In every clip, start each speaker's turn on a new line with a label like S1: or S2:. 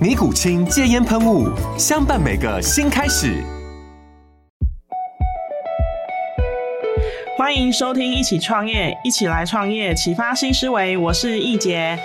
S1: 尼古清戒烟喷雾，相伴每个新开始。
S2: 欢迎收听《一起创业》，一起来创业，启发新思维。我是易杰。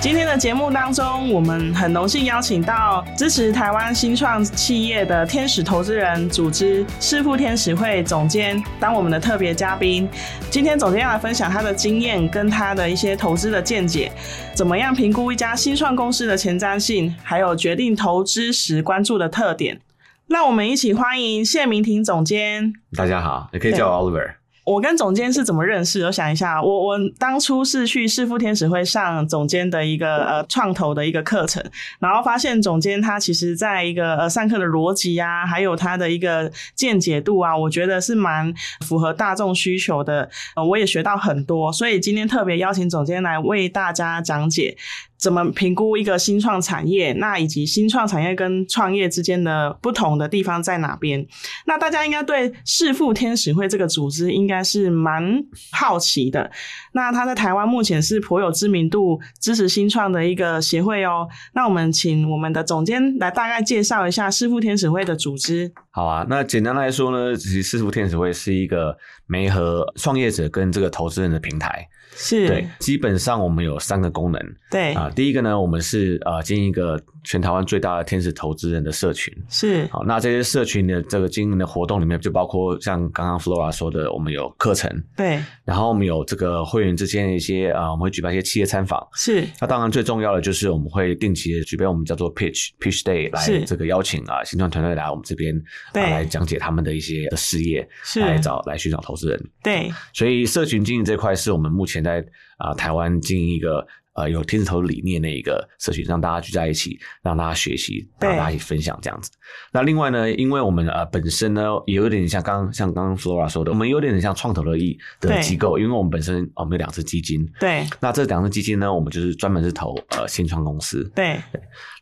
S2: 今天的节目当中，我们很荣幸邀请到支持台湾新创企业的天使投资人组织世富天使会总监当我们的特别嘉宾。今天总监要来分享他的经验跟他的一些投资的见解，怎么样评估一家新创公司的前瞻性，还有决定投资时关注的特点。让我们一起欢迎谢明婷总监。
S3: 大家好，你可以叫我 Oliver。
S2: 我跟总监是怎么认识？我想一下，我我当初是去世富天使会上总监的一个呃创投的一个课程，然后发现总监他其实在一个呃上课的逻辑啊，还有他的一个见解度啊，我觉得是蛮符合大众需求的。呃，我也学到很多，所以今天特别邀请总监来为大家讲解怎么评估一个新创产业，那以及新创产业跟创业之间的不同的地方在哪边。那大家应该对世富天使会这个组织应该是蛮好奇的。那它在台湾目前是颇有知名度、支持新创的一个协会哦。那我们请我们的总监来大概介绍一下世富天使会的组织。
S3: 好啊，那简单来说呢，其实四福天使会是一个媒合创业者跟这个投资人的平台。
S2: 是
S3: 对，基本上我们有三个功能
S2: 对
S3: 啊、第一个呢，我们是呃经营一个全台湾最大的天使投资人的社群。
S2: 是
S3: 好，那这些社群的这个经营的活动里面，就包括像刚刚 Flora 说的，我们有课程，
S2: 对
S3: 然后我们有这个会员之间的一些呃，我们会举办一些企业参访，
S2: 是
S3: 那当然，最重要的就是我们会定期的举办我们叫做 Pitch Pitch Day
S2: 是
S3: 来这个邀请啊新创团队来我们这边
S2: 对
S3: 啊来讲解他们的一些事业，
S2: 是
S3: 来找来寻找投资人。
S2: 对
S3: 所以社群经营这块是我们目前在啊、台湾经营一个呃有天使投理念的一个社群，让大家聚在一起，让大家学习，
S2: 对
S3: 让大家一起分享这样子。那另外呢，因为我们呃本身呢也有点像刚像刚刚 Flora 说的，我们有点像创投的一
S2: 对
S3: 的机构，因为我们本身哦我们有两只基金，
S2: 对
S3: 那这两只基金呢，我们就是专门是投呃新创公司。
S2: 对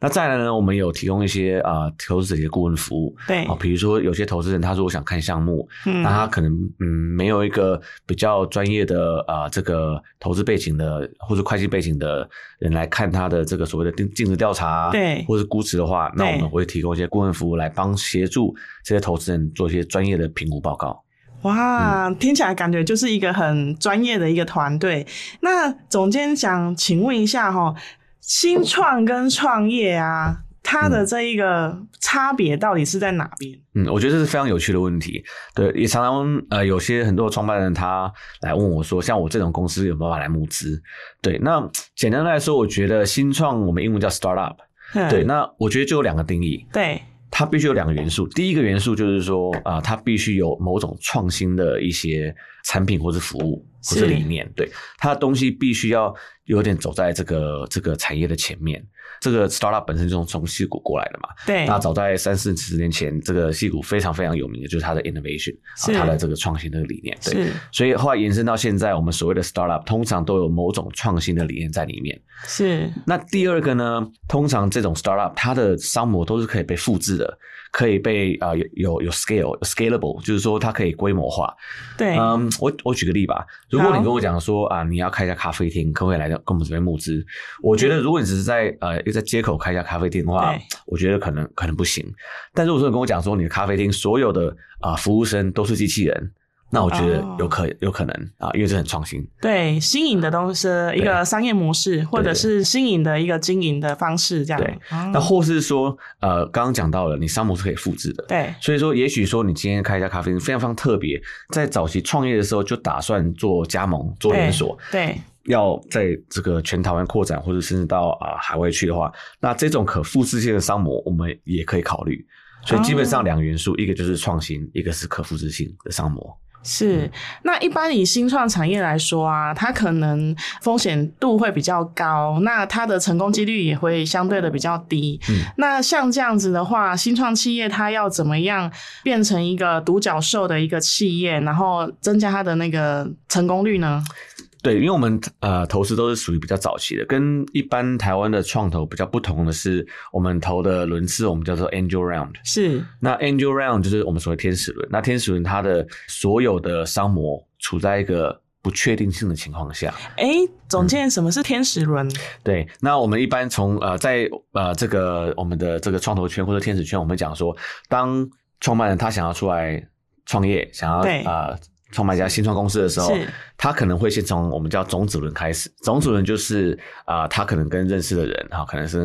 S3: 那再来呢，我们有提供一些呃投资者的顾问服务。
S2: 对
S3: 啊，比如说有些投资人他如果想看项目，
S2: 嗯
S3: 那他可能嗯没有一个比较专业的啊、呃这个投资背景的或者会计背景的人来看他的这个所谓的定净值调查，啊
S2: 对
S3: 或是估值的话，那我们会提供一些顾问服务来帮协助这些投资人做一些专业的评估报告。
S2: 哇，
S3: 嗯
S2: 听起来感觉就是一个很专业的一个团队。那总监想请问一下哈，新创跟创业啊，它的这一个差别到底是在哪边？
S3: 嗯，我觉得这是非常有趣的问题。对，也常常呃，有些很多创办人他来问我说，像我这种公司有没有办法来募资？对，那简单来说，我觉得新创我们英文叫 startup。
S2: 嗯
S3: 对，那我觉得就有两个定义，
S2: 对
S3: 它必须有两个元素。第一个元素就是说啊、它必须有某种创新的一些产品或是服务或
S2: 是
S3: 是理念，对它的东西必须要有点走在这个这个产业的前面。这个 startup 本身就是从戏谷过来的嘛，
S2: 对
S3: 那早在三四十年前，这个戏骨非常非常有名的就是它的 innovation，
S2: 是
S3: 啊它的这个创新的理念。对，
S2: 是
S3: 所以后来延伸到现在，我们所谓的 startup 通常都有某种创新的理念在里面。
S2: 是
S3: 那第二个呢，通常这种 startup 它的商模都是可以被复制的，可以被啊、呃有有有 scale 有 scalable，就是说它可以规模化。
S2: 对
S3: 嗯，我我举个例吧，如果
S2: 哎好
S3: 你跟我讲说啊，你要开一家咖啡厅，可不可以来到跟我们这边募资？我觉得如果你只是在呃在街口开一家咖啡厅的话
S2: 嗯对，
S3: 我觉得可能可能不行。但如果说你跟我讲说你的咖啡厅所有的啊、服务生都是机器人，那我觉得
S2: 哦
S3: 有可、有可能啊，因为这很创新。
S2: 对新颖的东西一个商业模式，或者是新颖的一个经营的方式，这样。
S3: 对
S2: 哦
S3: 那或是说，呃，刚刚讲到了，你商模是可以复制的。
S2: 对
S3: 所以说，也许说你今天开一家咖啡厅，非常非常特别，在早期创业的时候就打算做加盟、做连锁，
S2: 对
S3: 要在这个全台湾扩展，或者甚至到啊、海外去的话，那这种可复制性的商模，我们也可以考虑。所以基本上两个元素，一个就是创新，一个是可复制性的商模。
S2: 是，
S3: 嗯
S2: 那一般以新创产业来说啊，它可能风险度会比较高，那它的成功几率也会相对的比较低。
S3: 嗯
S2: 那像这样子的话，新创企业它要怎么样变成一个独角兽的一个企业，然后增加它的那个成功率呢？
S3: 对，因为我们呃投资都是属于比较早期的，跟一般台湾的创投比较不同的是，我们投的轮次我们叫做 angel round。
S2: 是
S3: 那 angel round 就是我们所谓天使轮。那天使轮它的所有的商模处在一个不确定性的情况下，
S2: 诶，总
S3: 嗯
S2: 监，什么是天使轮？
S3: 对，那我们一般从呃，在呃这个我们的这个创投圈或者天使圈，我们讲说，当创办人他想要出来创业，想要
S2: 对
S3: 呃创办一家新创公司的时候
S2: 是，
S3: 他可能会先从我们叫种子轮开始。种子轮就是啊、呃他可能跟认识的人啊，可能是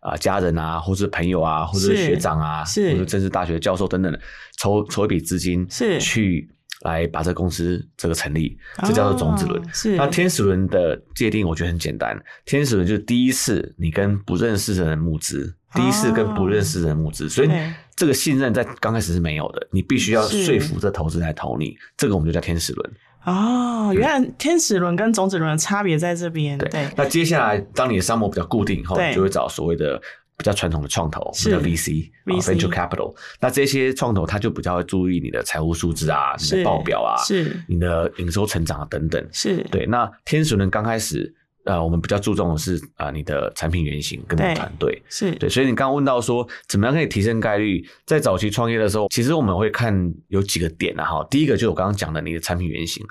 S3: 啊、呃家人啊，或是朋友啊，或者是
S2: 是
S3: 学长啊，
S2: 是
S3: 或者甚至大学教授等等的，筹筹一笔资金
S2: 是
S3: 去来把这个公司这个成立，这叫做种子轮
S2: 哦。是
S3: 那天使轮的界定，我觉得很简单。天使轮就是第一次你跟不认识的人募资，第一次跟不认识的人募资，所以
S2: 啊对
S3: 这个信任在刚开始是没有的，你必须要
S2: 是
S3: 说服这投资人来投你，这个我们就叫天使轮。
S2: 哦，原来天使轮跟种子轮的差别在这边。
S3: 对，
S2: 对
S3: 那接下来当你的商模比较固定以后，
S2: 对
S3: 你就会找所谓的。比较传统的创投，我
S2: 是
S3: 们叫 VC、啊
S2: VC
S3: venture capital，那这些创投他就比较会注意你的财务数字啊、你
S2: 是
S3: 的报表啊、
S2: 是
S3: 你的营收成长啊等等。
S2: 是，
S3: 对，那天使轮刚开始，呃，我们比较注重的是啊、呃你的产品原型跟你的
S2: 对
S3: 团队。
S2: 是
S3: 对，所以你刚刚问到说，怎么样可以提升概率？在早期创业的时候，其实我们会看有几个点啊，哈。第一个就是我刚刚讲的，你的产品原型。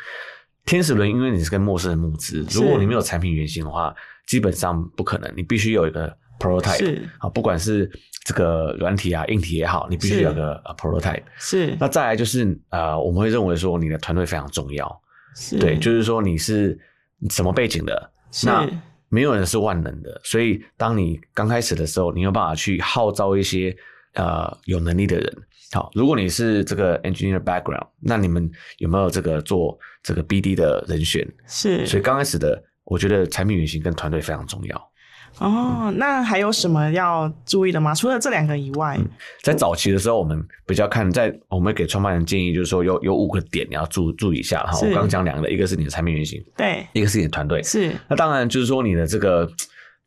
S3: 天使轮，因为你是跟陌生人募资，
S2: 是
S3: 如果你没有产品原型的话，基本上不可能。你必须有一个 prototype
S2: 是
S3: 啊，不管是这个软体啊、硬体也好，你必须
S2: 是
S3: 有个呃 prototype。
S2: 是
S3: 那再来就是呃，我们会认为说你的团队非常重要，
S2: 是，
S3: 对，就是说你是什么背景的，
S2: 是
S3: 那没有人是万能的，所以当你刚开始的时候，你有办法去号召一些呃有能力的人。好，如果你是这个 engineer background，那你们有没有这个做这个 BD 的人选？
S2: 是
S3: 所以刚开始的，我觉得产品原型跟团队非常重要。
S2: 哦，那还有什么要注意的吗？除了这两个以外，
S3: 在早期的时候，我们比较看在我们给创办人建议，就是说有有五个点你要注注意一下哈。
S2: 是
S3: 我刚讲两个，一个是你的产品原型，
S2: 对，
S3: 一个是你的团队。
S2: 是
S3: 那当然就是说你的这个嘖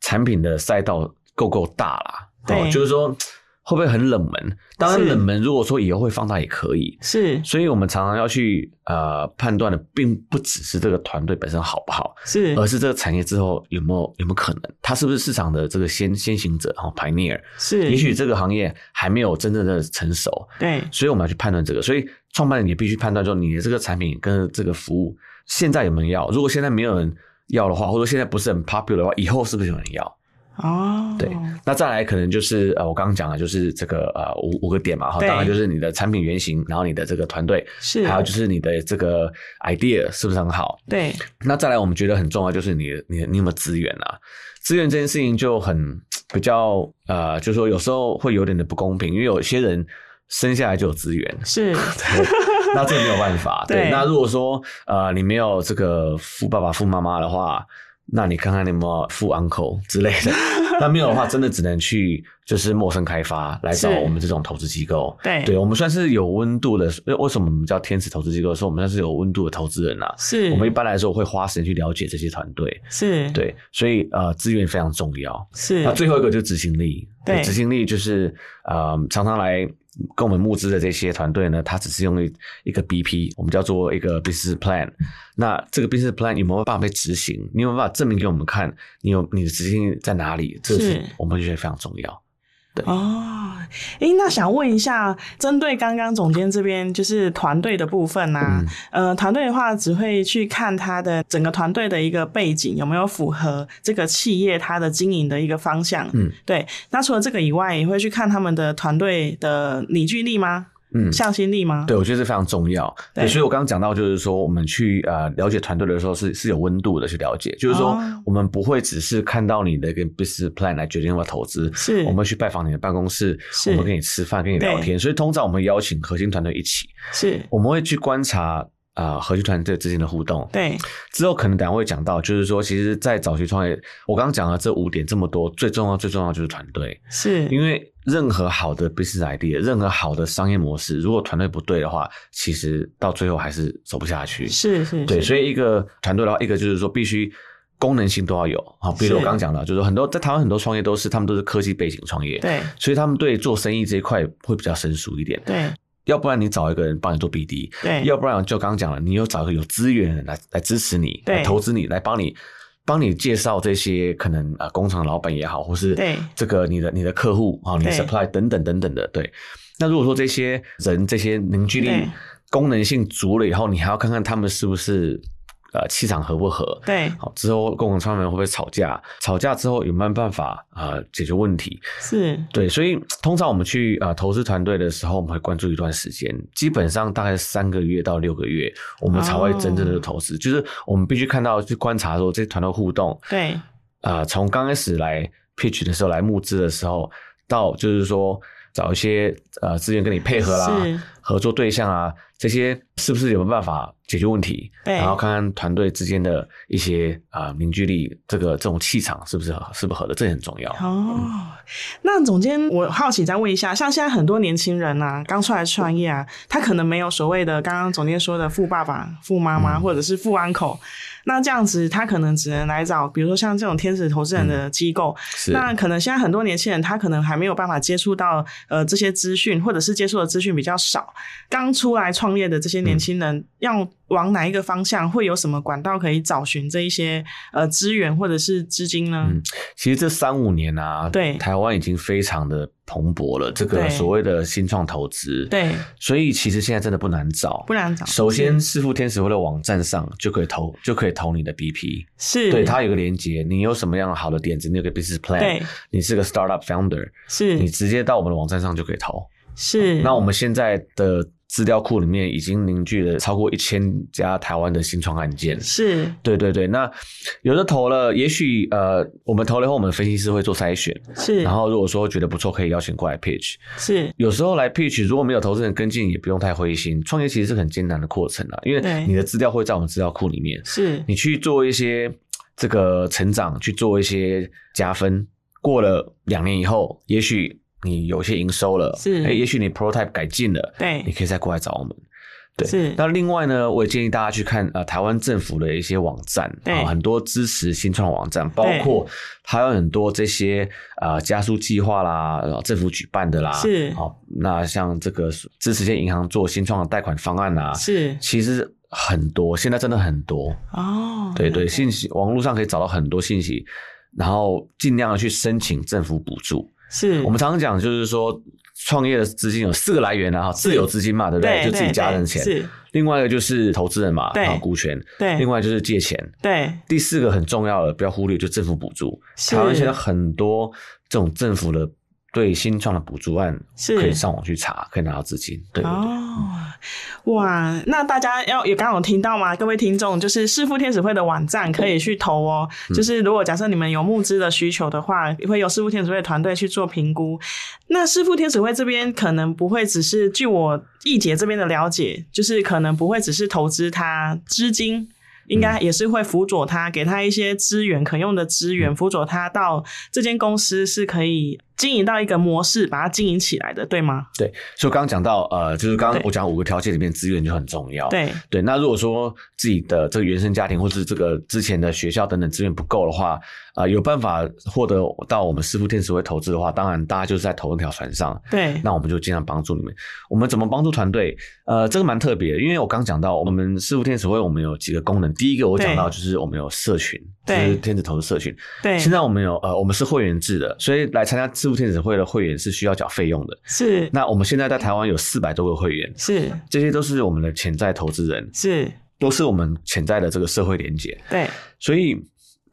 S3: 产品的赛道够够大啦，
S2: 对
S3: 哦，就是说嘖会不会很冷门？当然
S2: 是
S3: 冷门，如果说以后会放大也可以。
S2: 是
S3: 所以我们常常要去呃判断的，并不只是这个团队本身好不好，
S2: 是
S3: 而是这个产业之后有没有有没有可能，它是不是市场的这个先先行者哈、哦、pioneer？
S2: 是，
S3: 也许这个行业还没有真正的成熟，
S2: 对
S3: 所以我们要去判断这个。所以创办人也必须判断说，你的这个产品跟这个服务现在有没有人要？如果现在没有人要的话，或者现在不是很 popular 的话，以后是不是有人要？
S2: 哦，
S3: 对那再来可能就是呃，我刚刚讲的就是这个呃五五个点嘛哈，
S2: 对
S3: 当然就是你的产品原型，然后你的这个团队，
S2: 是，
S3: 还有就是你的这个 idea 是不是很好？
S2: 对
S3: 那再来，我们觉得很重要就是你的你的你有没有资源啊？资源这件事情就很比较呃，就是说有时候会有点的不公平，因为有些人生下来就有资源，
S2: 是
S3: 那这个没有办法。对，
S2: 对
S3: 那如果说呃你没有这个富爸爸富妈妈的话，那你看看你有没有富 uncle 之类的。那没有的话，真的只能去就是陌生开发来找
S2: 是
S3: 我们这种投资机构。
S2: 对
S3: 对我们算是有温度的。呃为什么我们叫天使投资机构？说我们算是有温度的投资人啊。
S2: 是，
S3: 我们一般来说会花时间去了解这些团队，
S2: 是
S3: 对，所以呃资源非常重要。
S2: 是
S3: 那啊最后一个就是执行力，
S2: 对
S3: 执行力就是呃，常常来跟我们募资的这些团队呢，它只是用一一个 BP，我们叫做一个 business plan。那这个 business plan 有没有办法被执行？你有没有办法证明给我们看？你有你的执行力在哪里？这
S2: 是
S3: 是我们觉得非常重要。
S2: 哦，诶，那想问一下，针对刚刚总监这边就是团队的部分啊，
S3: 嗯
S2: 呃，团队的话只会去看他的整个团队的一个背景有没有符合这个企业它的经营的一个方向，
S3: 嗯，
S2: 对。那除了这个以外，也会去看他们的团队的凝聚力吗？
S3: 嗯
S2: 向心力吗？
S3: 对，我觉得这非常重要。对，
S2: 对
S3: 所以我刚刚讲到，就是说我们去呃了解团队的时候是是有温度的去了解，就是说
S2: 哦
S3: 我们不会只是看到你的一个 business plan 来决定要不要投资，
S2: 是
S3: 我们会去拜访你的办公室，
S2: 是
S3: 我们跟你吃饭，跟你聊
S2: 对
S3: 天。所以通常我们邀请核心团队一起，
S2: 是，
S3: 我们会去观察。啊、核心团队之间的互动，
S2: 对，
S3: 之后可能等一下会讲到，就是说，其实，在早期创业，我刚刚讲了这五点这么多，最重要最重要就是团队，
S2: 是，
S3: 因为任何好的 business idea，任何好的商业模式，如果团队不对的话，其实到最后还是走不下去。
S2: 是是，
S3: 对，
S2: 是
S3: 所以一个团队的话，一个就是说必须功能性都要有啊。比如我
S2: 是
S3: 刚刚讲了，就是很多在台湾很多创业都是他们都是科技背景创业，
S2: 对
S3: 所以他们对做生意这一块会比较生疏一点。
S2: 对
S3: 要不然你找一个人帮你做 BD，
S2: 对，
S3: 要不然就刚刚讲了，你有找一个有资源的人来来支持你，
S2: 对
S3: 来投资你，来帮你帮你介绍这些可能啊、呃工厂老板也好，或是
S2: 对
S3: 这个你的你的客户啊、你的
S2: 对
S3: supply 等等等等的，对。那如果说这些人这些凝聚力
S2: 对
S3: 功能性足了以后，你还要看看他们是不是呃气场合不合，
S2: 对
S3: 好之后共同创办人会不会吵架，吵架之后有没有办法啊、呃解决问题，
S2: 是
S3: 对，所以通常我们去啊、呃投资团队的时候，我们会关注一段时间，基本上大概三个月到六个月，我们才会真
S2: 哦
S3: 正的投资。就是我们必须看到去观察说这团队互动，
S2: 对
S3: 啊，从刚开始来 pitch 的时候，来募资的时候，到就是说找一些呃资源跟你配合
S2: 是
S3: 啦，合作对象啊，这些是不是有没有办法解决问题？
S2: 对
S3: 然后看看团队之间的一些啊、呃凝聚力，这个这种气场是不是合是不是合的，这很重要。
S2: 哦，那总监，我好奇再问一下，像现在很多年轻人啊，刚出来创业啊，他可能没有所谓的刚刚总监说的富爸爸、富妈妈、或者是富 uncle，那这样子他可能只能来找，比如说像这种天使投资人的机构，
S3: 是
S2: 那可能现在很多年轻人他可能还没有办法接触到呃这些资讯，或者是接触的资讯比较少。刚出来创业的这些年轻人，要往哪一个方向，会有什么管道可以找寻这一些呃资源或者是资金呢？
S3: 嗯其实这三五年啊，
S2: 对
S3: 台湾已经非常的蓬勃了，这
S2: 对
S3: 个所谓的新创投资，，
S2: 对，
S3: 所以其实现在真的不难找
S2: 不。然找
S3: 首先，是富天使会的网站上就可以投，就可以投你的 BP，
S2: 是
S3: 对它有个连接，你有什么样好的点子，你有个 business
S2: 对嗯
S3: plan，你是个 startup founder，你
S2: 是
S3: 直接到我们的网站上就可以投。
S2: 是
S3: 那我们现在的资料库里面已经凝聚了超过一千家台湾的新创案件，
S2: 是
S3: 对对对，那有的投了，也许呃，我们投了以后，我们分析师会做筛选，
S2: 是，
S3: 然后如果说觉得不错，可以邀请过来 pitch。
S2: 是
S3: 有时候来 pitch，如果没有投资人跟进，也不用太灰心。创业其实是很艰难的过程啊，因
S2: 对
S3: 为你的资料会在我们资料库里面，
S2: 是
S3: 你去做一些这个成长，去做一些加分。过了两年以后，也许你有一些营收了，
S2: 是
S3: 哎，也许你 prototype 改进了，你
S2: 对
S3: 可以再过来找我 们。对，
S2: 是
S3: 那另外呢，我也建议大家去看呃台湾政府的一些网站，
S2: 对
S3: 啊很多支持新创网站，包
S2: 对
S3: 括还有很多这些呃加速计划啦，然后政府举办的啦，
S2: 是
S3: 好、那像这个支持一些银行做新创的贷款方案啊，
S2: 是
S3: 其实很多，现在真的很多，
S2: 哦，
S3: 啊对对，信息网络上可以找到很多信息，然后尽量的去申请政府补助，
S2: 是
S3: 我们常常讲，就是说创业的资金有四个来源啊，自有资金嘛，对不
S2: 对
S3: 就自己
S2: 对
S3: 家
S2: 对
S3: 人钱。
S2: 是
S3: 另外一个就是投资人嘛，
S2: 对
S3: 然后股权。
S2: 对
S3: 另外就是借钱。
S2: 对
S3: 第四个很重要的，不要忽略，就政府补助。台湾
S2: 是
S3: 现在很多这种政府的对新创的补助案，
S2: 是
S3: 可以上网去查，可以拿到资金。对对对。
S2: 哦，哇！那大家要也刚刚有听到吗？各位听众，就是世富天使会的网站可以去投哦。
S3: 嗯
S2: 就是如果假设你们有募资的需求的话，会有世富天使会的团队去做评估。那世富天使会这边可能不会只是，据我易姐这边的了解，就是可能不会只是投资他资金。应该
S3: 嗯
S2: 也是会辅佐他，给他一些资源可用的资源，辅佐他到这间公司是可以经营到一个模式，把它经营起来的，对吗？
S3: 对，所以刚刚讲到，呃，就是刚刚
S2: 对
S3: 我讲五个条件里面，资源就很重要。
S2: 对，
S3: 对，那如果说自己的这个原生家庭或是这个之前的学校等等资源不够的话，啊、有办法获得到我们师傅天使会投资的话，当然大家就是在同一条船上，
S2: 对，
S3: 那我们就尽量帮助你们。我们怎么帮助团队？呃，这个蛮特别的，因为我刚讲到我们师傅天使会，我们有几个功能，第一个我讲到就是我们有社群，就
S2: 对
S3: 是天使投资社群。
S2: 对，
S3: 现在我们有呃，我们是会员制的，所以来参加师傅天使会的会员是需要缴费用的。
S2: 是
S3: 那我们现在在台湾有四百多个会员，
S2: 是
S3: 这些都是我们的潜在投资人。
S2: 是，
S3: 都是我们潜在的这个社会连接，
S2: 对
S3: 所以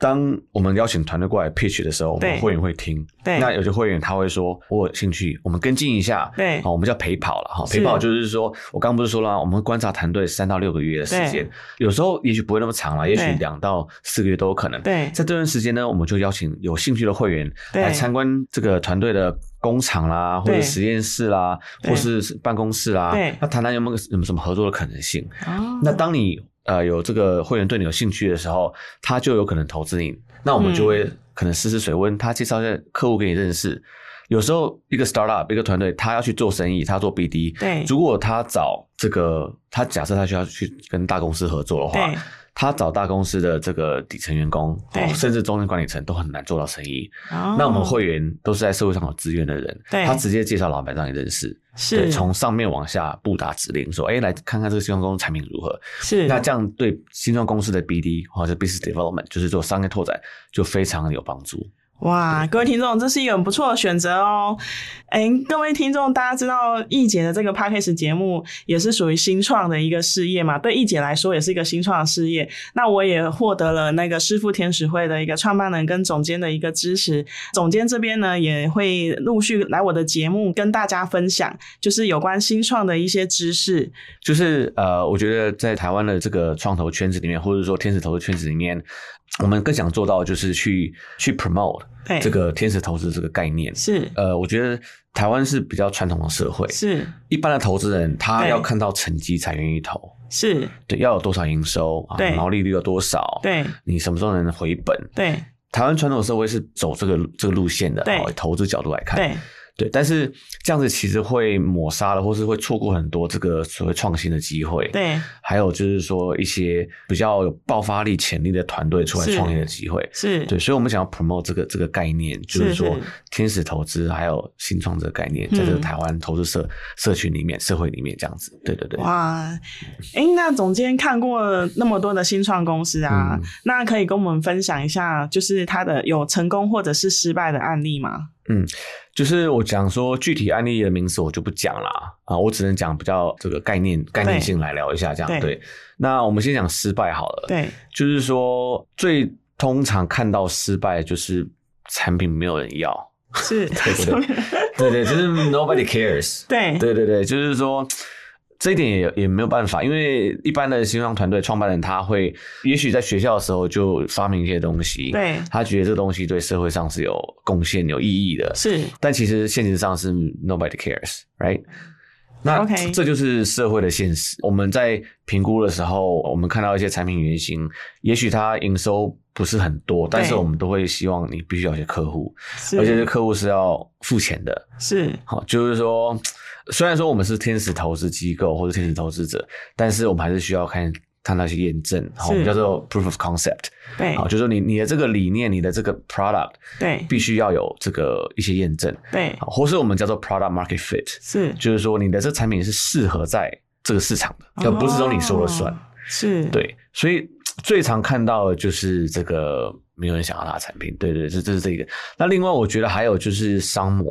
S3: 当我们邀请团队过来 pitch 的时候，我们
S2: 对
S3: 会员会听。
S2: 对
S3: 那有些会员他会说，我有兴趣，我们跟进一下。哦
S2: 对
S3: 好、我们叫陪跑了哈。
S2: 是
S3: 陪跑就是说，我刚刚不是说了，我们会观察团队三到六个月的时间
S2: 对，
S3: 有时候也许不会那么长了，也许
S2: 对
S3: 两到四个月都有可能。
S2: 对
S3: 在这段时间呢，我们就邀请有兴趣的会员
S2: 对
S3: 来参观这个团队的工厂啦，或
S2: 对
S3: 者实验室啦，
S2: 对
S3: 或是办公室啦
S2: 对，
S3: 那谈谈有没有有没有什么合作的可能性。
S2: 哦
S3: 那当你呃有这个会员对你有兴趣的时候，他就有可能投资你。那我们就
S2: 嗯
S3: 会可能试试水温，他介绍一下客户给你认识。有时候一个 startup 一个团队，他要去做生意，他做 BD，
S2: 对
S3: 如果他找这个，他假设他需要去跟大公司合作的话
S2: 对，
S3: 他找大公司的这个底层员工，
S2: 对
S3: 哦甚至中间管理层都很难做到生意。
S2: 哦
S3: 那我们会员都是在社会上有资源的人，
S2: 对
S3: 他直接介绍老板让你认识，对，
S2: 是
S3: 从上面往下布达指令，说，哎，来看看这个新创公司产品如何。
S2: 是
S3: 那这样对新创公司的 BD 或者 business development，就是做商业拓展，就非常有帮助。
S2: 哇，各位听众，这是一个很不错的选择哦。哎，各位听众，大家知道易姐的这个 podcast 节目也是属于新创的一个事业嘛？对易姐来说，也是一个新创的事业。那我也获得了那个师傅天使会的一个创办人跟总监的一个支持。总监这边呢，也会陆续来我的节目跟大家分享，就是有关新创的一些知识。
S3: 就是呃，我觉得在台湾的这个创投圈子里面，或者说天使投资圈子里面，我们更想做到就是去去 promote
S2: 对，
S3: 这个天使投资这个概念。
S2: 是
S3: 呃，我觉得台湾是比较传统的社会，
S2: 是
S3: 一般的投资人他
S2: 对
S3: 要看到成绩才愿意投，
S2: 是，
S3: 对，要有多少营收啊
S2: 对，
S3: 毛利率有多少，
S2: 对
S3: 你什么时候能回本？
S2: 对
S3: 台湾传统社会是走这个这个路线的，
S2: 对
S3: 哦投资角度来看，
S2: 对，
S3: 对，但是这样子其实会抹杀了，或是会错过很多这个所谓创新的机会。，
S2: 对
S3: 还有就是说一些比较有爆发力、潜力的团队出来
S2: 是
S3: 创业的机会。
S2: 是，
S3: 对，所以我们想要 promote 这个这个概念，就是
S2: 是
S3: 说
S2: 是嗯
S3: 天使投资还有新创这个概念，在这个台湾投资社社群里面、社会里面这样子。对对对，
S2: 哇，哎、那总监看过那么多的新创公司啊，
S3: 嗯
S2: 那可以跟我们分享一下，就是他的有成功或者是失败的案例吗？
S3: 就是我讲说具体案例的名词我就不讲啦，啊，我只能讲比较这个概念概念性来聊一下这样。
S2: 对
S3: 对，那我们先讲失败好了。
S2: 对，
S3: 就是说最通常看到失败就是产品没有人要，
S2: 是，
S3: 对对对，就是 nobody cares。
S2: 对
S3: 对对对，就是说。这一点也也没有办法，因为一般的新创团队创办人他会，也许在学校的时候就发明一些东西，
S2: 对
S3: 他觉得这个东西对社会上是有贡献、有意义的，
S2: 是，
S3: 但其实现实上是 nobody cares，right？那
S2: OK
S3: 这就是社会的现实。我们在评估的时候，我们看到一些产品原型，也许它营收不是很多，但是我们都会希望你必须要有些客户，
S2: 是，
S3: 而且这客户是要付钱的。
S2: 是
S3: 好，就是说，虽然说我们是天使投资机构或者天使投资者，但是我们还是需要看看到一些验证，好，我们
S2: 是
S3: 叫做 proof of concept，
S2: 对
S3: 好，就是说你你的这个理念，你的这个 product
S2: 对
S3: 必须要有这个一些验证。
S2: 对
S3: 好或是我们叫做 product market fit，
S2: 是，
S3: 就是说你的这产品是适合在这个市场的，而、不是说你说了算
S2: 哦。，是，
S3: 对，所以最常看到的就是这个没有人想要它的产品。对对，这这是这个。那另外，我觉得还有就是商模，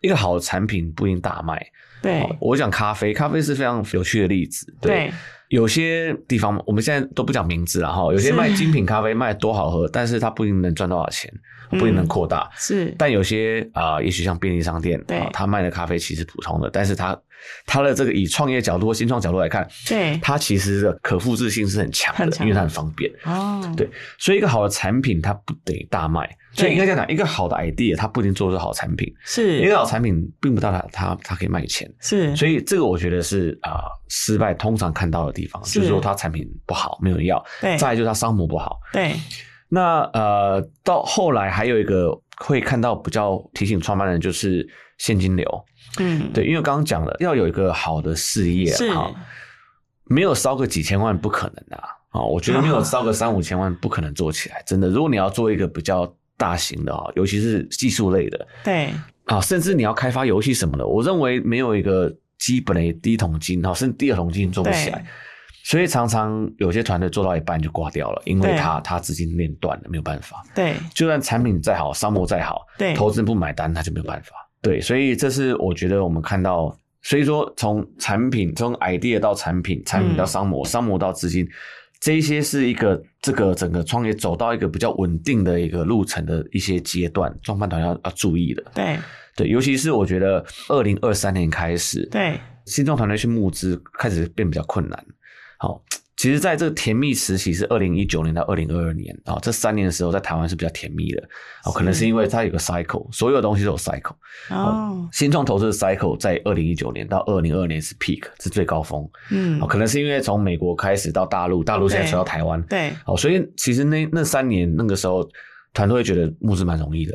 S3: 一个好的产品不一定大卖。
S2: 对
S3: 我讲咖啡，咖啡是非常有趣的例子。
S2: 对
S3: 有些地方我们现在都不讲名字了哈，有些
S2: 是
S3: 卖精品咖啡卖得多好喝，但是它不一定能赚多少钱，不一定能
S2: 嗯
S3: 扩大。
S2: 是，
S3: 但有些啊、呃也许像便利商店，
S2: 对
S3: 啊，他卖的咖啡其实普通的，但是他他的这个以创业角度或新创角度来看，
S2: 对
S3: 它其实的可复制性是很强
S2: 很
S3: 的，
S2: 强
S3: 因为它很方便。
S2: 哦，
S3: 对所以一个好的产品，它不等于大卖。所以
S2: 对
S3: 应该这样讲，一个好的 idea，它不一定做出好产品。一
S2: 是
S3: 个好产品，并不代表它它它可以卖钱。
S2: 是，
S3: 所以这个我觉得是啊、呃失败通常看到的地方，
S2: 是
S3: 就是说它产品不好，没有人要；
S2: 对
S3: 再来就是它商模不好，
S2: 对
S3: 那呃，到后来还有一个会看到比较提醒创办人就是现金流，
S2: 嗯
S3: 对，因为刚刚讲了要有一个好的事业
S2: 是
S3: 啊，没有烧个几千万不可能的啊啊，我觉 得没有烧个三五千万不可能做起来，真的。如果你要做一个比较大型的啊，尤其是技术类的
S2: 对
S3: 啊，甚至你要开发游戏什么的，我认为没有一个基本的第一桶金啊，甚至第二桶金做不起来
S2: 对。
S3: 所以常常有些团队做到一半就挂掉了，因
S2: 对
S3: 为他他资金链断了，没有办法。
S2: 对
S3: 就算产品再好，商模再好，
S2: 对
S3: 投资人不买单，他就没有办法。对，所以这是我觉得我们看到，所以说从产品，从 idea 到产品，产品到商模，商模到资金，这一些是一个这个整个创业走到一个比较稳定的一个路程的一些阶段，创办团要要注意的。
S2: 对
S3: 对，尤其是我觉得二零二三年开始，
S2: 对
S3: 新创团队去募资开始变比较困难。好，其实在这个甜蜜时期是二零一九年到二零二二年啊、这三年的时候在台湾是比较甜蜜的。哦，可能
S2: 是
S3: 是因为它有个 cycle，所有东西都有 cycle。
S2: 哦，
S3: 新创投资的 cycle 在二零一九年到二零二二年是 peak，是最高峰。
S2: 嗯
S3: 哦，，可能是因为从美国开始到大陆，大陆现在
S2: 对
S3: 传到台湾。
S2: 对
S3: 哦，所以其实那那三年那个时候，团队会觉得募资蛮容易的。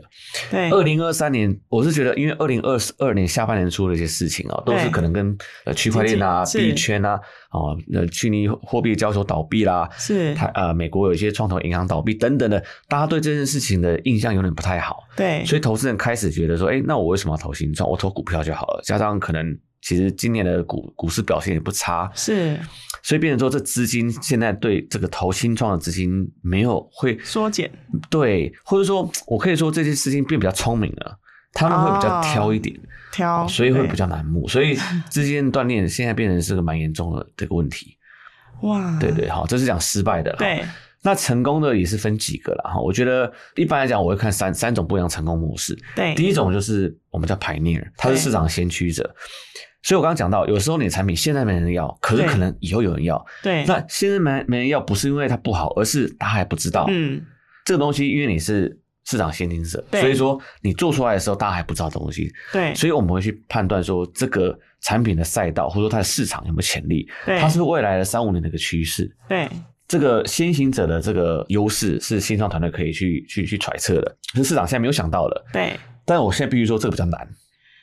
S2: 对
S3: 二零二三年，我是觉得，因为二零二二年下半年出了一些事情哦，都是
S2: 对
S3: 可能跟呃区块链啊、
S2: 经济是
S3: 币圈啊、哦，呃，虚拟货币交易所倒闭啦，
S2: 是，
S3: 台呃美国有一些创投银行倒闭等等的，大家对这件事情的印象有点不太好。
S2: 对
S3: 所以投资人开始觉得说，哎、那我为什么要投新创？我投股票就好了。加上可能其实今年的股股市表现也不差，
S2: 是
S3: 所以变成说这资金现在对这个投新创的资金没有会
S2: 缩减，
S3: 对，或者说我可以说这些资金变比较聪明了。他们会比较
S2: 哦
S3: 挑一点，
S2: 挑，
S3: 哦所以会
S2: 对
S3: 比较难募，所以资金锻炼现在变成是个蛮严重的这个问题。
S2: 哇，
S3: 对对，好，这是讲失败的。，
S2: 嗯对
S3: 那成功的也是分几个啦哈。我觉得一般来讲，我会看三三种不一样的成功模式。
S2: 对，
S3: 第一种就是我们叫 pioneer，他是市场先驱者。所以我刚刚讲到，有时候你的产品现在没人要，可是
S2: 对
S3: 可能以后有人要。
S2: 对，
S3: 那现在没没人要，不是因为它不好，而是他还不知道。，
S2: 嗯
S3: 这个东西因为你是市场先行者，
S2: 对
S3: 所以说你做出来的时候，大家还不知道东西，
S2: 对
S3: 所以我们会去判断说这个产品的赛道或者说它的市场有没有潜力，
S2: 对
S3: 它是不是未来的三五年的一个趋势。
S2: 对
S3: 这个先行者的这个优势是新创团队可以去去去揣测的，是市场现在没有想到的。
S2: 对
S3: 但我现在必须说这个比较难，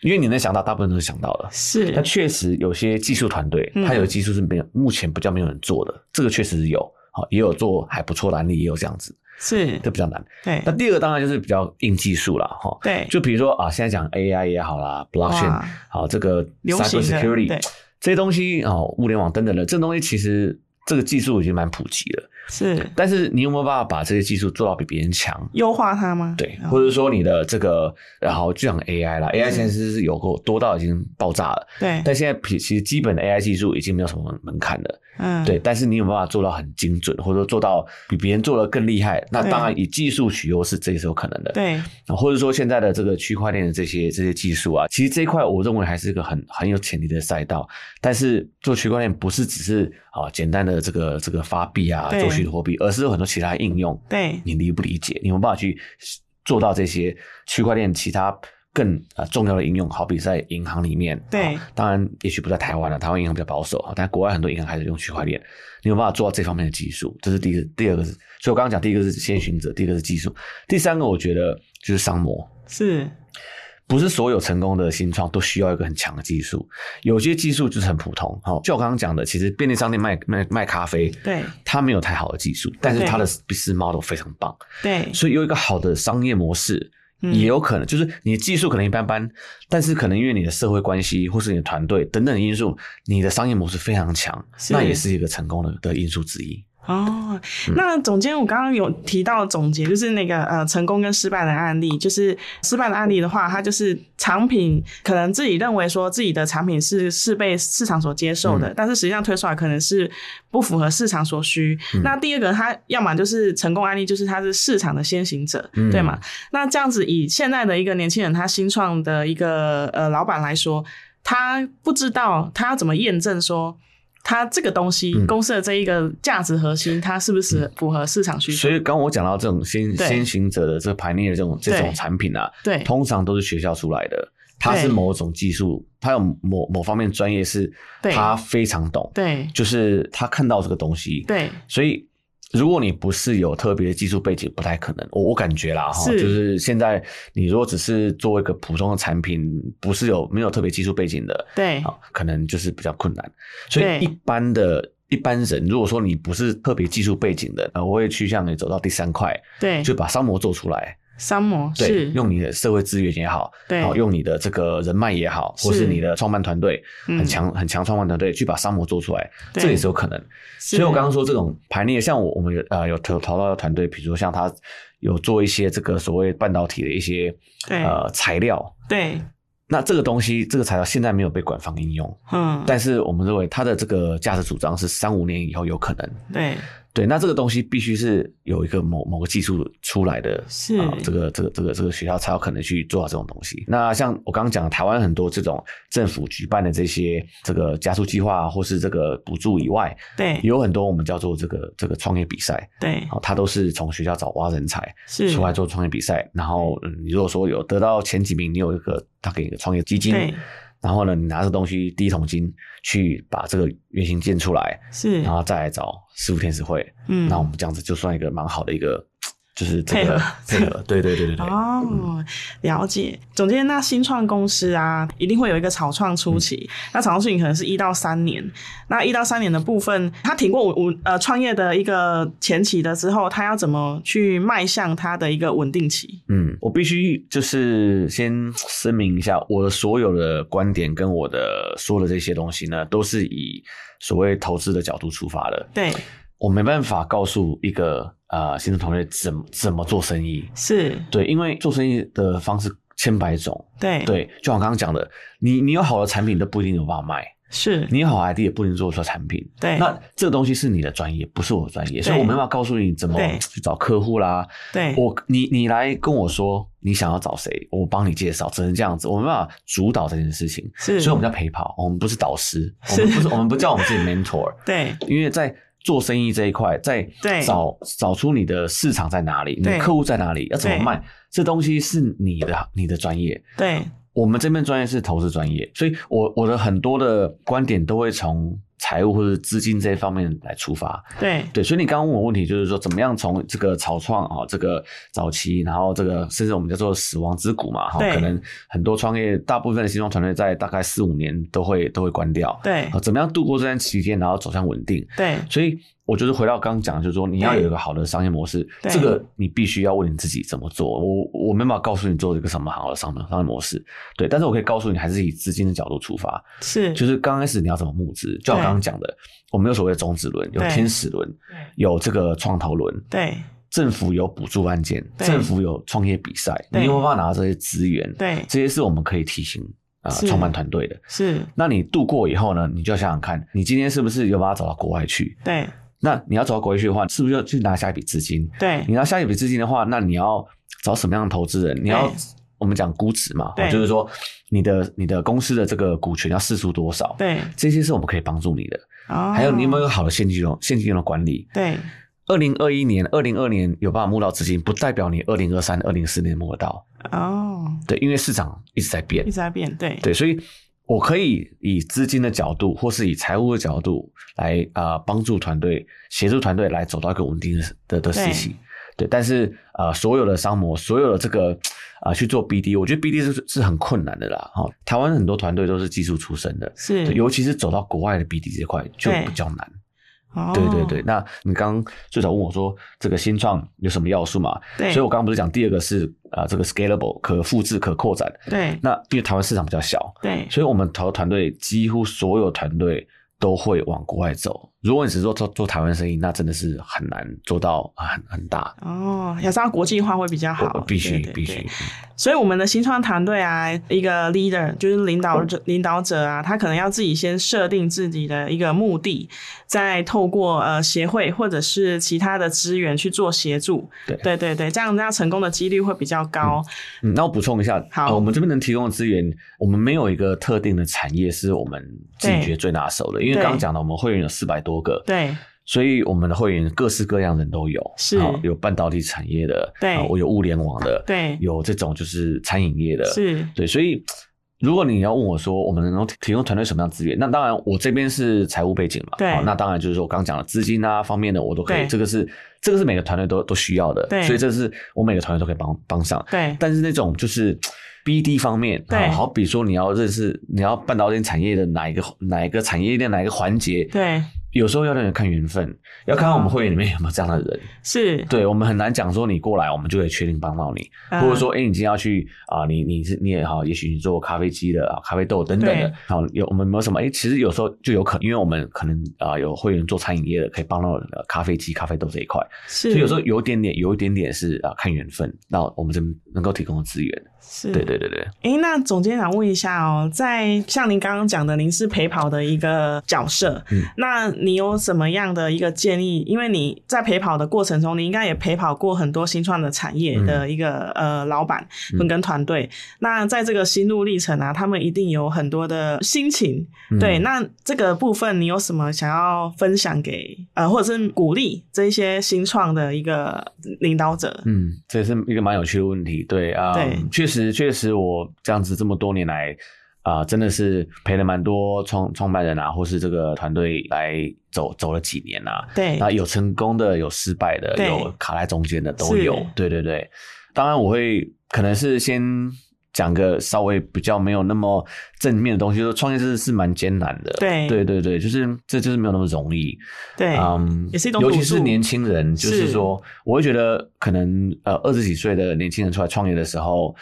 S3: 因为你能想到，大部分都是想到了。
S2: 是
S3: 但，确实有些技术团队，
S2: 嗯
S3: 它有技术是没有，目前比较没有人做的，这个确实是有，好也有做还不错的案例，也有这样子，
S2: 是
S3: 这比较难。
S2: 对
S3: 那第二个当然就是比较硬技术啦，哈，
S2: 对
S3: 就比如说啊，现在讲 AI 也好啦，blockchain
S2: 哇
S3: 好，这个
S2: 流行
S3: cyber
S2: 的
S3: security
S2: 对
S3: 这些东西哦，物联网等等的，这东西其实这个技术已经蛮普及了，
S2: 是
S3: 但是你有没有办法把这些技术做到比别人强？
S2: 优化它吗？
S3: 对，
S2: 哦
S3: 或者说你的这个，然后就讲 AI 啦，AI
S2: 嗯
S3: 现在是有够多到已经爆炸了，
S2: 对，
S3: 但现在比其实基本的 AI 技术已经没有什么门槛了，
S2: 嗯
S3: 对，但是你有没有办法做到很精准，或者说做到比别人做的更厉害？那
S2: 对
S3: 当然以技术取优势，这也是有可能的。
S2: 对
S3: 啊，或者说现在的这个区块链的这些这些技术啊，其实这一块我认为还是一个很很有潜力的赛道。但是做区块链不是只是啊简单的这个这个发币啊，
S2: 对
S3: 做虚拟货币，而是有很多其他应用。
S2: 对
S3: 你理不理解？你有没有办法去做到这些区块链其他更啊、呃重要的应用？好比在银行里面，
S2: 对
S3: 啊当然也许不在台湾了、台湾银行比较保守啊，但国外很多银行还是用区块链。你有没有办法做到这方面的技术？这是第一个，第二个是，所以我刚刚讲第一个是先行者，第二个是技术，第三个我觉得就是商模。
S2: 是，
S3: 不是所有成功的新创都需要一个很强的技术，有些技术就是很普通。好、就我刚刚讲的，其实便利商店卖卖卖咖啡，
S2: 对
S3: 它没有太好的技术，但是它的 business model 非常棒。
S2: 对
S3: 所以有一个好的商业模式，
S2: 嗯
S3: 也有可能就是你的技术可能一般般，但是可能因为你的社会关系或是你的团队等等的因素，你的商业模式非常强，
S2: 是
S3: 那也是一个成功的的因素之一。
S2: 哦，那总监，我刚刚有提到总结，就是那个呃成功跟失败的案例，就是失败的案例的话，它就是产品可能自己认为说自己的产品是是被市场所接受的，但是实际上推出来可能是不符合市场所需。那第二个，它要么就是成功案例，就是它是市场的先行者，
S3: 嗯
S2: 对吗？那这样子，以现在的一个年轻人，他新创的一个呃老板来说，他不知道他要怎么验证说他这个东西、
S3: 嗯
S2: 公司的这一个价值核心，它是不是符合市场需求？
S3: 所以刚刚我讲到这种先
S2: 对
S3: 先行者的这个排列的这种这
S2: 对
S3: 种产品啊，
S2: 对
S3: 通常都是学校出来的，它是
S2: 对
S3: 某种技术，它有某某方面专业是
S2: 对
S3: 他非常懂，
S2: 对
S3: 就是他看到这个东西，
S2: 对
S3: 所以，如果你不是有特别的技术背景，不太可能。我我感觉啦，哈，
S2: 是
S3: 就是现在你如果只是做一个普通的产品，不是有没有特别技术背景的，
S2: 对
S3: 啊，可能就是比较困难。所
S2: 对
S3: 以一般的。一般人如果说你不是特别技术背景的，呃，我会趋向你走到第三块，
S2: 对，
S3: 就把商模做出来，
S2: 三模
S3: 对，
S2: 是
S3: 用你的社会资源也好，
S2: 对
S3: 好用你的这个人脉也好，或
S2: 是
S3: 是你的创办团队
S2: 嗯
S3: 很强很强创办团队去把商模做出来，
S2: 对
S3: 这也是有可能。
S2: 是
S3: 所以我刚刚说这种排列，像我我们有呃有投投到的团队，比如说像他有做一些这个所谓半导体的一些
S2: 对
S3: 呃材料，
S2: 对
S3: 那这个东西这个材料现在没有被官方应用，
S2: 嗯
S3: 但是我们认为它的这个价值主张是三五年以后有可能。
S2: 对
S3: 对，那这个东西必须是有一个某某个技术出来的，
S2: 是
S3: 啊这个这个这个这个学校才有可能去做到这种东西。那像我刚刚讲的，台湾很多这种政府举办的这些这个加速计划啊或是这个补助以外，
S2: 对
S3: 也有很多我们叫做这个这个创业比赛，
S2: 对
S3: 啊，它都是从学校找挖人才
S2: 是
S3: 出来做创业比赛，然后嗯你如果说有得到前几名，你有一个他给你一个创业基金
S2: 对，
S3: 然后呢，你拿这东西第一桶金去把这个原型建出来，
S2: 是
S3: 然后再来找师傅天使会，
S2: 嗯
S3: 那我们这样子就算一个蛮好的一个，就是这
S2: 配
S3: 个
S2: 合
S3: 配合，对对对对对，
S2: 哦，了解。总监，那新创公司啊，一定会有一个草创初
S3: 嗯
S2: 期。那草创初期可能是一到三年。那一到三年的部分，他挺过五五呃创业的一个前期的之后，他要怎么去迈向他的一个稳定期？
S3: 嗯，我必须就是先声明一下，我的所有的观点跟我的说的这些东西呢，都是以所谓投资的角度出发的。
S2: 对，
S3: 我没办法告诉一个呃新的同学怎么怎么做生意，
S2: 是，
S3: 对，因为做生意的方式千百种，
S2: 对，，
S3: 对，就像我刚刚讲的，你你有好的产品都不一定有办法卖，
S2: 是，
S3: 你有好 idea 也不一定做得出来产品，
S2: 对，
S3: 那这个东西是你的专业，不是我的专业，所以
S2: 对
S3: 我没办法告诉你怎么
S2: 对
S3: 去找客户啦。
S2: 对，
S3: 我你你来跟我说你想要找谁，我帮你介绍，只能这样子，我没办法主导这件事情。
S2: 是，
S3: 所以我们叫陪跑，我们不是导师，我
S2: 是
S3: 们不是我们不叫我们自己 mentor，
S2: 对，
S3: 因为在做生意这一块，在
S2: 对
S3: 找找出你的市场在哪里，你
S2: 对
S3: 的客户在哪里，要怎么
S2: 对
S3: 卖，这东西是你的你的专业，
S2: 对，
S3: 我们这边专业是投资专业，所以我我的很多的观点都会从财务或者资金这一方面来出发。
S2: 对，
S3: 对，所以你刚刚问我问题，就是说怎么样从这个草创啊、哦，这个早期，然后这个甚至我们叫做死亡之谷嘛，哈、哦
S2: 对
S3: 可能很多创业，大部分的新创团队在大概四五年都会都会关掉。
S2: 对
S3: 啊，，怎么样度过这段期间，然后走向稳定？
S2: 对，
S3: 所以我就是回到刚刚讲的，就是说你要
S2: 对
S3: 有一个好的商业模式，
S2: 对
S3: 这个你必须要问你自己怎么做。我我没办法告诉你做一个什么好的商业商业模式，对，但是我可以告诉你，还是以资金的角度出发，
S2: 是，
S3: 就是刚开始你要怎么募资，就像我刚刚讲的，我们有所谓的种子轮，有
S2: 对
S3: 天使轮，有这个创投轮。
S2: 对，
S3: 政府有补助案件，
S2: 对
S3: 政府有创业比赛，
S2: 对
S3: 你有没有办法拿到这些资源？
S2: 对
S3: 这些是我们可以提醒啊
S2: 是
S3: 创办团队的。
S2: 是，
S3: 那你度过以后呢，你就要想想看，你今天是不是有办法找到国外去？
S2: 对，
S3: 那你要走到国际去的话，是不是要去拿下一笔资金？
S2: 对
S3: 你，拿下一笔资金的话，那你要找什么样的投资人？你要
S2: 对
S3: 我们讲估值嘛，
S2: 对
S3: 就是说你的你的公司的这个股权要释出多少？，
S2: 对，
S3: 这些是我们可以帮助你的。
S2: 哦，
S3: 还有你有没有好的现金流现金流的管理？
S2: 对，
S3: 二零二一年、二零二年有办法募到资金，不代表你二零二三、二零四年募得到。
S2: 哦，
S3: 对，因为市场一直在变
S2: 一直。在变，对，
S3: 对，所以我可以以资金的角度，或是以财务的角度来啊、呃帮助团队、协助团队来走到一个稳定的的的时期。对，但是呃，所有的商模，所有的这个啊、呃去做 BD，我觉得 BD 是是很困难的啦。哈、台湾很多团队都是技术出身的，
S2: 是
S3: 对，尤其是走到国外的 BD 这块就
S2: 对
S3: 比较难。
S2: 哦
S3: 对对对，那你刚刚最早问我说这个新创有什么要素嘛？
S2: 对
S3: 所以我刚刚不是讲第二个是啊、呃这个 scalable 可复制可扩展。
S2: 对
S3: 那因为台湾市场比较小，
S2: 对
S3: 所以我们投团队几乎所有团队都会往国外走。如果你只做做做台湾生意，那真的是很难做到啊很很大。
S2: 哦，要知道国际化会比较好
S3: 我，哦必须
S2: 对对
S3: 必
S2: 对
S3: 须，
S2: 所以我们的新创团队啊，一个 leader 就是领导者，领导者啊，他可能要自己先设定自己的一个目的，再透过呃协会或者是其他的资源去做协助。
S3: 对
S2: 对对对这样这样成功的几率会比较高。
S3: 嗯，那我补充一下，
S2: 好
S3: 呃我们这边能提供的资源，我们没有一个特定的产业是我们自己
S2: 对
S3: 觉得最拿手的，因为
S2: 对
S3: 刚刚讲的，我们会员有四百多个，
S2: 对
S3: 所以我们的会员各式各样的人都有，
S2: 是
S3: 好有半导体产业的，
S2: 对
S3: 啊我有物联网的，
S2: 对
S3: 有这种就是餐饮业的，
S2: 是，
S3: 对，所以如果你要问我说我们能够提供团队什么样的资源，那当然我这边是财务背景嘛，
S2: 对
S3: 好那当然就是说我刚讲的资金啊方面的我都可
S2: 对
S3: 以，这个是这个是每个团队都都需要的，
S2: 对
S3: 所以这是我每个团队都可以帮帮上，
S2: 对
S3: 但是那种就是 BD 方面，
S2: 对
S3: 好好比说你要认识你要半导体产业的哪一个哪一个产业链哪一个环节，
S2: 对
S3: 有时候要让人看缘分，要看看我们会员里面有没有这样的
S2: 嗯
S3: 人。
S2: 是，
S3: 对我们很难讲说你过来，我们就可以确定帮到你，
S2: 嗯
S3: 或者说，哎、你今天要去啊、你你是你也好，也许你做咖啡机的啊，咖啡豆等等
S2: 对
S3: 的，好有我们有没有什么？哎、其实有时候就有可能，因为我们可能啊、有会员做餐饮业的，可以帮到呃咖啡机、咖啡豆这一块，
S2: 是
S3: 所以有时候有一点点，有一点点是啊、看缘分，那我们这边能够提供的资源，
S2: 是
S3: 对对对对，
S2: 诶，那总监想问一下哦，在像您刚刚讲的，您是陪跑的一个角色，
S3: 嗯
S2: 那你有什么样的一个建议？因为你在陪跑的过程中，你应该也陪跑过很多新创的产业
S3: 嗯
S2: 的一个、呃老板跟跟团队。那在这个心路历程啊，他们一定有很多的心情。
S3: 嗯
S2: 对，那这个部分你有什么想要分享给呃，或者是鼓励这一些新创的一个领导者？
S3: 嗯，这也是一个蛮有趣的问题。对啊，
S2: 对
S3: 确实确实，我这样子这么多年来啊、真的是陪了蛮多创创办人啊，或是这个团队来走走了几年啊。
S2: 对，
S3: 那有成功的，有失败的，
S2: 对
S3: 有卡在中间的都
S2: 是
S3: 有。对对对，当然我会可能是先讲个稍微比较没有那么正面的东西，就是创业是是蛮艰难的。
S2: 对
S3: 对对对，就是这就是没有那么容易。
S2: 对，
S3: 嗯，
S2: 也是一种
S3: 尤
S2: 赌
S3: 其是
S2: 注
S3: 年轻人，就是是说，我会觉得可能呃二十几岁的年轻人出来创业的时候，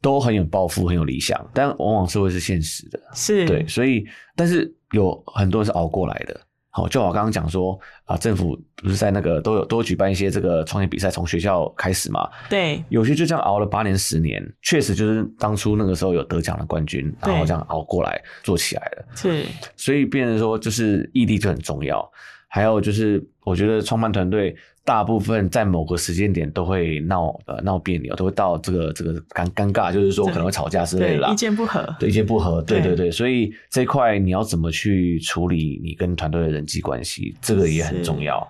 S3: 都很有抱负，很有理想，但往往是会是现实的，
S2: 是，
S3: 对，所以但是有很多人是熬过来的。好，就我刚刚讲说啊，政府不是在那个都有都有举办一些这个创业比赛，从学校开始嘛，
S2: 对，
S3: 有些就这样熬了八年、十年，确实就是当初那个时候有得奖的冠军，然后
S2: 对
S3: 这样熬过来做起来了。
S2: 是，
S3: 所以变成说就是毅力就很重要。还有就是，我觉得创办团队大部分在某个时间点都会闹呃闹别扭，都会到这个这个尴尴尬，就是说可能会吵架之类
S2: 对
S3: 的，啦
S2: 意。见不合，
S3: 对意见不合，对
S2: 对
S3: 对对，所以这一块你要怎么去处理你跟团队的人际关系，这个也很重要。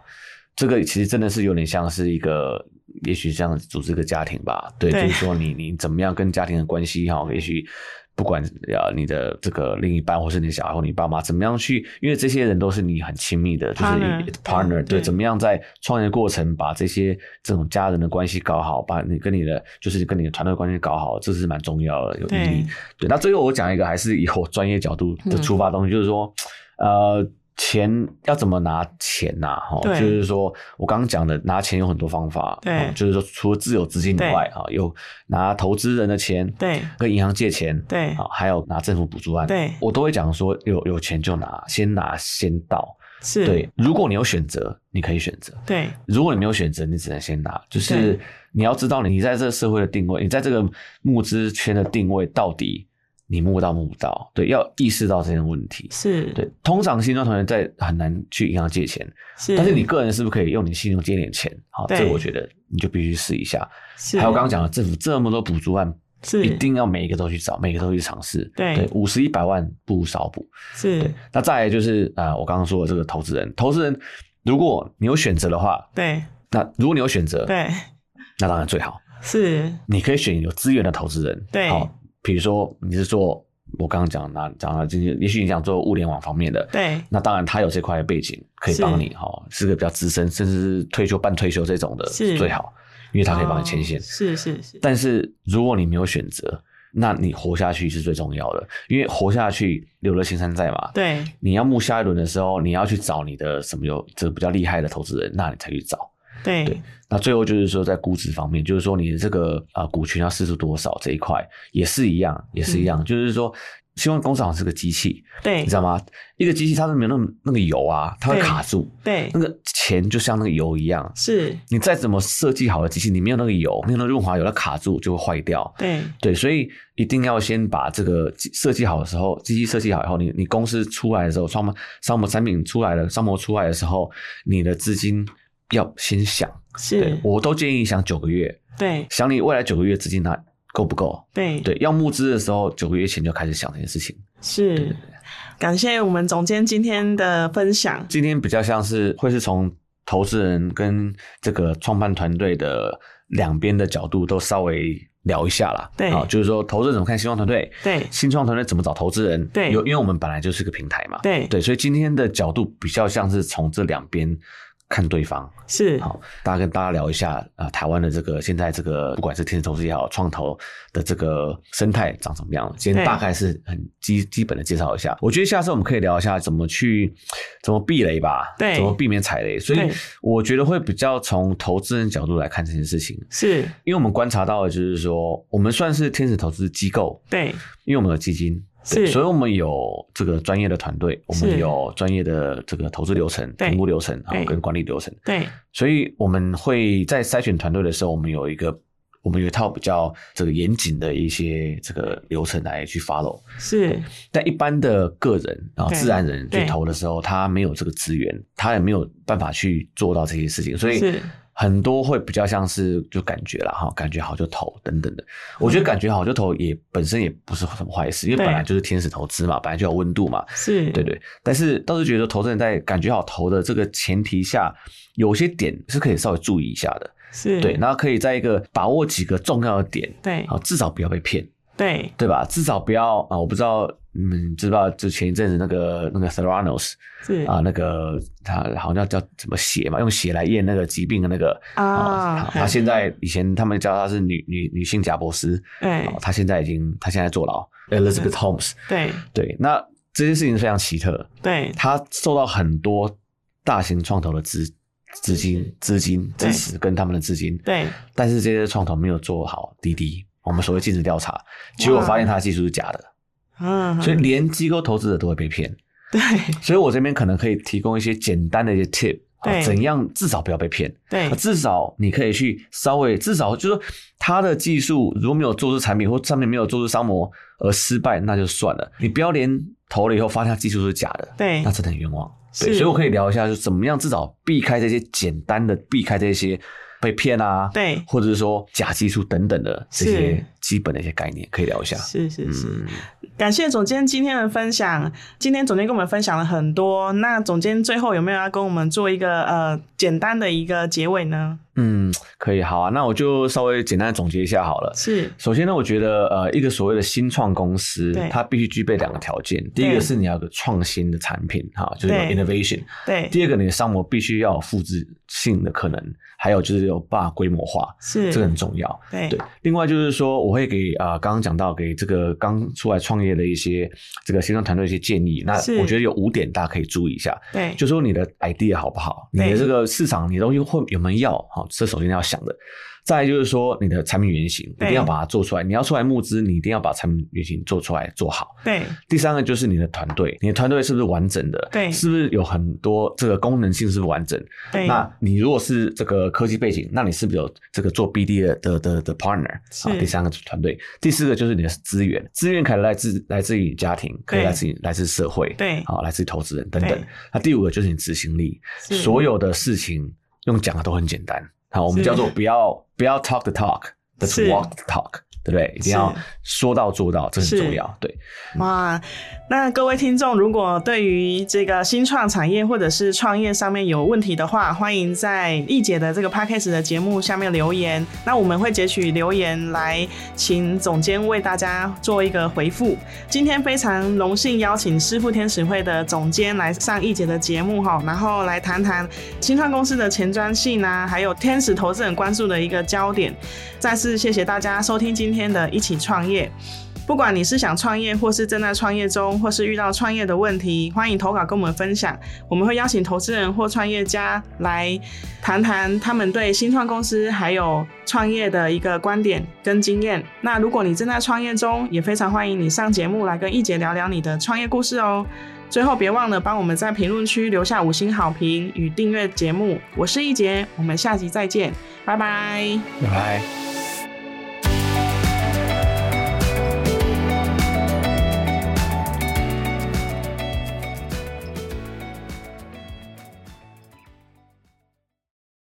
S3: 这个其实真的是有点像是一个，也许像组织一个家庭吧，对，
S2: 对
S3: 就是说你你怎么样跟家庭的关系哈，也许不管呃你的这个另一半，或是你的小孩或你爸妈，怎么样去，因为这些人都是你很亲密的，就是
S2: Partner，
S3: 一 partner，
S2: 对
S3: 对，怎么样在创业过程把这些这种家人的关系搞好，把你跟你的就是跟你的团队关系搞好，这是蛮重要的，有毅力
S2: 对。
S3: 对，那最后我讲一个还是以我专业角度
S2: 嗯
S3: 的出发东西，就是说，呃，钱要怎么拿钱呐、哈，
S2: 对
S3: 就是说我刚刚讲的拿钱有很多方法，
S2: 对
S3: 哦就是说除了自有资金以
S2: 对
S3: 外啊，有拿投资人的钱，
S2: 对
S3: 跟银行借钱，
S2: 对
S3: 啊，还有拿政府补助案，
S2: 对
S3: 我都会讲说有有钱就拿，先拿先到。
S2: 是，
S3: 对，如果你有选择，你可以选择。
S2: 对
S3: 如果你没有选择，你只能先拿。
S2: 对
S3: 就是你要知道你在这个社会的定位，你在这个募资圈的定位到底你募到募不到？对，要意识到这些问题。
S2: 是，
S3: 对，通常新创团队在很难去银行借钱，
S2: 是，
S3: 但是你个人是不是可以用你信用借点钱？好，
S2: 嗯对
S3: 这我觉得你就必须试一下。
S2: 是
S3: 还有刚刚讲的政府这么多补助案，
S2: 是
S3: 一定要每一个都去找，每一个都去尝试。
S2: 对
S3: 五十一百万不如少补。
S2: 是
S3: 对，那再来就是啊、呃我刚刚说的这个投资人，投资人如果你有选择的话，
S2: 对
S3: 那如果你有选择，
S2: 对
S3: 那当然最好。
S2: 是，
S3: 你可以选有资源的投资人，
S2: 对
S3: 好，比如说你是做我刚刚讲的那讲了，就是也许你想做物联网方面的，
S2: 对
S3: 那当然他有这块的背景可以
S2: 是
S3: 帮你哈，哦是个比较资深，甚至是退休半退休这种的
S2: 是
S3: 最好，因为他可以帮你牵线
S2: 哦。是是是，
S3: 但是如果你没有选择，那你活下去是最重要的，因为活下去留了青山在嘛，
S2: 对
S3: 你要募下一轮的时候，你要去找你的什么有这比较厉害的投资人，那你才去找。
S2: 对
S3: 对那最后就是说，在估值方面，就是说你的这个啊、呃股权要释出多少这一块也是一样，也是一样，就是说。希望工厂是个机器，
S2: 对
S3: 你知道吗？一个机器它是没有那么那个油啊，它会
S2: 对
S3: 卡住。
S2: 对
S3: 那个钱就像那个油一样，
S2: 是，
S3: 你再怎么设计好的机器，你没有那个油，没有那个润滑油，它卡住就会坏掉。
S2: 对
S3: 对，所以一定要先把这个机设计好的时候，机器设计好以后，你你公司出来的时候，商模商模产品出来了，商模出来的时候，你的资金要先想。对
S2: 是，，
S3: 我都建议想九个月，
S2: 对
S3: 想你未来九个月资金它够不够。
S2: 对
S3: 对，要募资的时候，九个月前就开始想这件事情。
S2: 是。感谢我们总监今天的分享，
S3: 今天比较像是会是从投资人跟这个创办团队的两边的角度都稍微聊一下啦。
S2: 对
S3: 好，就是说投资人怎么看新创团队，
S2: 对
S3: 新创团队怎么找投资人？
S2: 对
S3: 有因为我们本来就是个平台嘛，
S2: 对
S3: 对，所以今天的角度比较像是从这两边看对方。
S2: 是
S3: 好，大家跟大家聊一下啊、呃台湾的这个现在这个不管是天使投资也好，创投的这个生态长什么样，今
S2: 对
S3: 天大概是很基基本的介绍一下。我觉得下次我们可以聊一下怎么去怎么避雷吧，
S2: 对
S3: 怎么避免踩雷。所以
S2: 对
S3: 我觉得会比较从投资人角度来看这件事情，
S2: 是，
S3: 因为我们观察到的就是说，我们算是天使投资机构，
S2: 对
S3: 因为我们有基金，对，
S2: 是
S3: 所以我们有这个专业的团队，我
S2: 是
S3: 们有专业的这个投资流程、
S2: 对
S3: 评估流程啊
S2: 对
S3: 跟管理流程，
S2: 对
S3: 所以我们会在筛选团队的时候，我们有一个我们有一套比较这个严谨的一些这个流程来去 follow。
S2: 是
S3: 但一般的个人啊，
S2: 对
S3: 自然人
S2: 对
S3: 去投的时候，他没有这个资源，他也没有办法去做到这些事情，所以
S2: 是
S3: 很多会比较像是就感觉了哈，感觉好就投等等的。我觉得感觉好就投也本身也不是什么坏事，因为
S2: 嗯对
S3: 本来就是天使投资嘛，本来就有温度嘛，
S2: 是，
S3: 对对，但是倒是觉得投资人在感觉好投的这个前提下，有些点是可以稍微注意一下的。
S2: 是，
S3: 对，然后可以在一个把握几个重要的点，
S2: 对
S3: 好，至少不要被骗，
S2: 对
S3: 对吧？至少不要啊，我不知道嗯你们知不知道，就前一阵子那个那个 Theranos
S2: 是
S3: 啊，那个他好像叫怎么血嘛，用血来验那个疾病的那个
S2: 啊
S3: 好
S2: 嘿
S3: 他现在以前他们叫他是女女女性贾博斯，
S2: 对
S3: 好他现在已经他现在坐牢，Elizabeth Holmes，
S2: 对
S3: 对，那这件事情非常奇特，
S2: 对
S3: 他受到很多大型创投的资资金、资金
S2: 对
S3: 支持跟他们的资金，
S2: 对，
S3: 但是这些创投没有做好滴滴，我们所谓尽职调查，结果发现他的技术是假的，
S2: 嗯，
S3: 所以连机构投资者都会被骗。
S2: 对
S3: 所以我这边可能可以提供一些简单的一些 tip，啊
S2: 对
S3: 怎样至少不要被骗。
S2: 对
S3: 啊至少你可以去稍微，至少就是说他的技术如果没有做出产品或上面没有做出商模而失败，那就算了。你不要连投了以后发现他技术是假的，
S2: 对
S3: 那真的很冤枉。对，
S2: 是
S3: 所以我可以聊一下，就怎么样至少避开这些简单的，避开这些被骗啊，
S2: 对
S3: 或者是说假技术等等的这
S2: 是
S3: 些基本的一些概念，可以聊一下。
S2: 是是是。
S3: 嗯，
S2: 感谢总监今天的分享。今天总监跟我们分享了很多，那总监最后有没有要跟我们做一个呃简单的一个结尾呢？
S3: 嗯，可以，好啊，那我就稍微简单的总结一下好了。
S2: 是
S3: 首先呢，我觉得呃，一个所谓的新创公司
S2: 对，
S3: 它必须具备两个条件，第一
S2: 对
S3: 个是你要有个创新的产品哈，就是有
S2: 对
S3: innovation；
S2: 对，
S3: 第二个，你的商模必须要有复制性的可能，还有就是有把规模化，
S2: 是
S3: 这个很重要。
S2: 对
S3: 对，另外就是说，我会给啊、呃刚刚讲到给这个刚出来创业的一些这个新创团队一些建议。那
S2: 是
S3: 我觉得有五点大家可以注意一下，
S2: 对
S3: 就说你的 idea 好不好，你
S2: 对
S3: 的这个市场，你的东西会有没有要好，这首先要想的。再来就是说，你的产品原型一
S2: 对
S3: 定要把它做出来，你要出来募资，你一定要把产品原型做出来做好。
S2: 对
S3: 第三个就是你的团队，你的团队是不是完整的？
S2: 对
S3: 是不是有很多这个功能性是不是完整？
S2: 对，
S3: 那你如果是这个科技背景，那你是不是有这个做 BD 的的的的 partner
S2: 是
S3: 啊？第三个就是团队，第四个就是你的资源，资源可以来自来自于你家庭，可以
S2: 对
S3: 来自于来自社会，
S2: 对
S3: 好、来自于投资人等等
S2: 对。
S3: 那第五个就是你执行力，
S2: 是
S3: 所有的事情用讲的都很简单，好，我们
S2: 是
S3: 叫做不要不要 talk the talk，but
S2: 是
S3: walk the talk，对不对？一定要
S2: 是
S3: 说到做到，这很
S2: 是
S3: 重要。对，
S2: 哇，那各位听众，如果对于这个新创产业或者是创业上面有问题的话，欢迎在丽姐的这个 podcast 的节目下面留言，那我们会截取留言来请总监为大家做一个回复。今天非常荣幸邀请师傅天使会的总监来上一节的节目哈，然后来谈谈新创公司的前瞻性啊，还有天使投资人关注的一个焦点。再次谢谢大家收听今天的一起创业。不管你是想创业，或是正在创业中，或是遇到创业的问题，欢迎投稿跟我们分享。我们会邀请投资人或创业家来谈谈他们对新创公司还有创业的一个观点跟经验。那如果你正在创业中，也非常欢迎你上节目来跟易姐聊聊你的创业故事哦。最后，别忘了帮我们在评论区留下五星好评与订阅节目。我是易杰，我们下集再见，拜拜。
S3: 拜拜。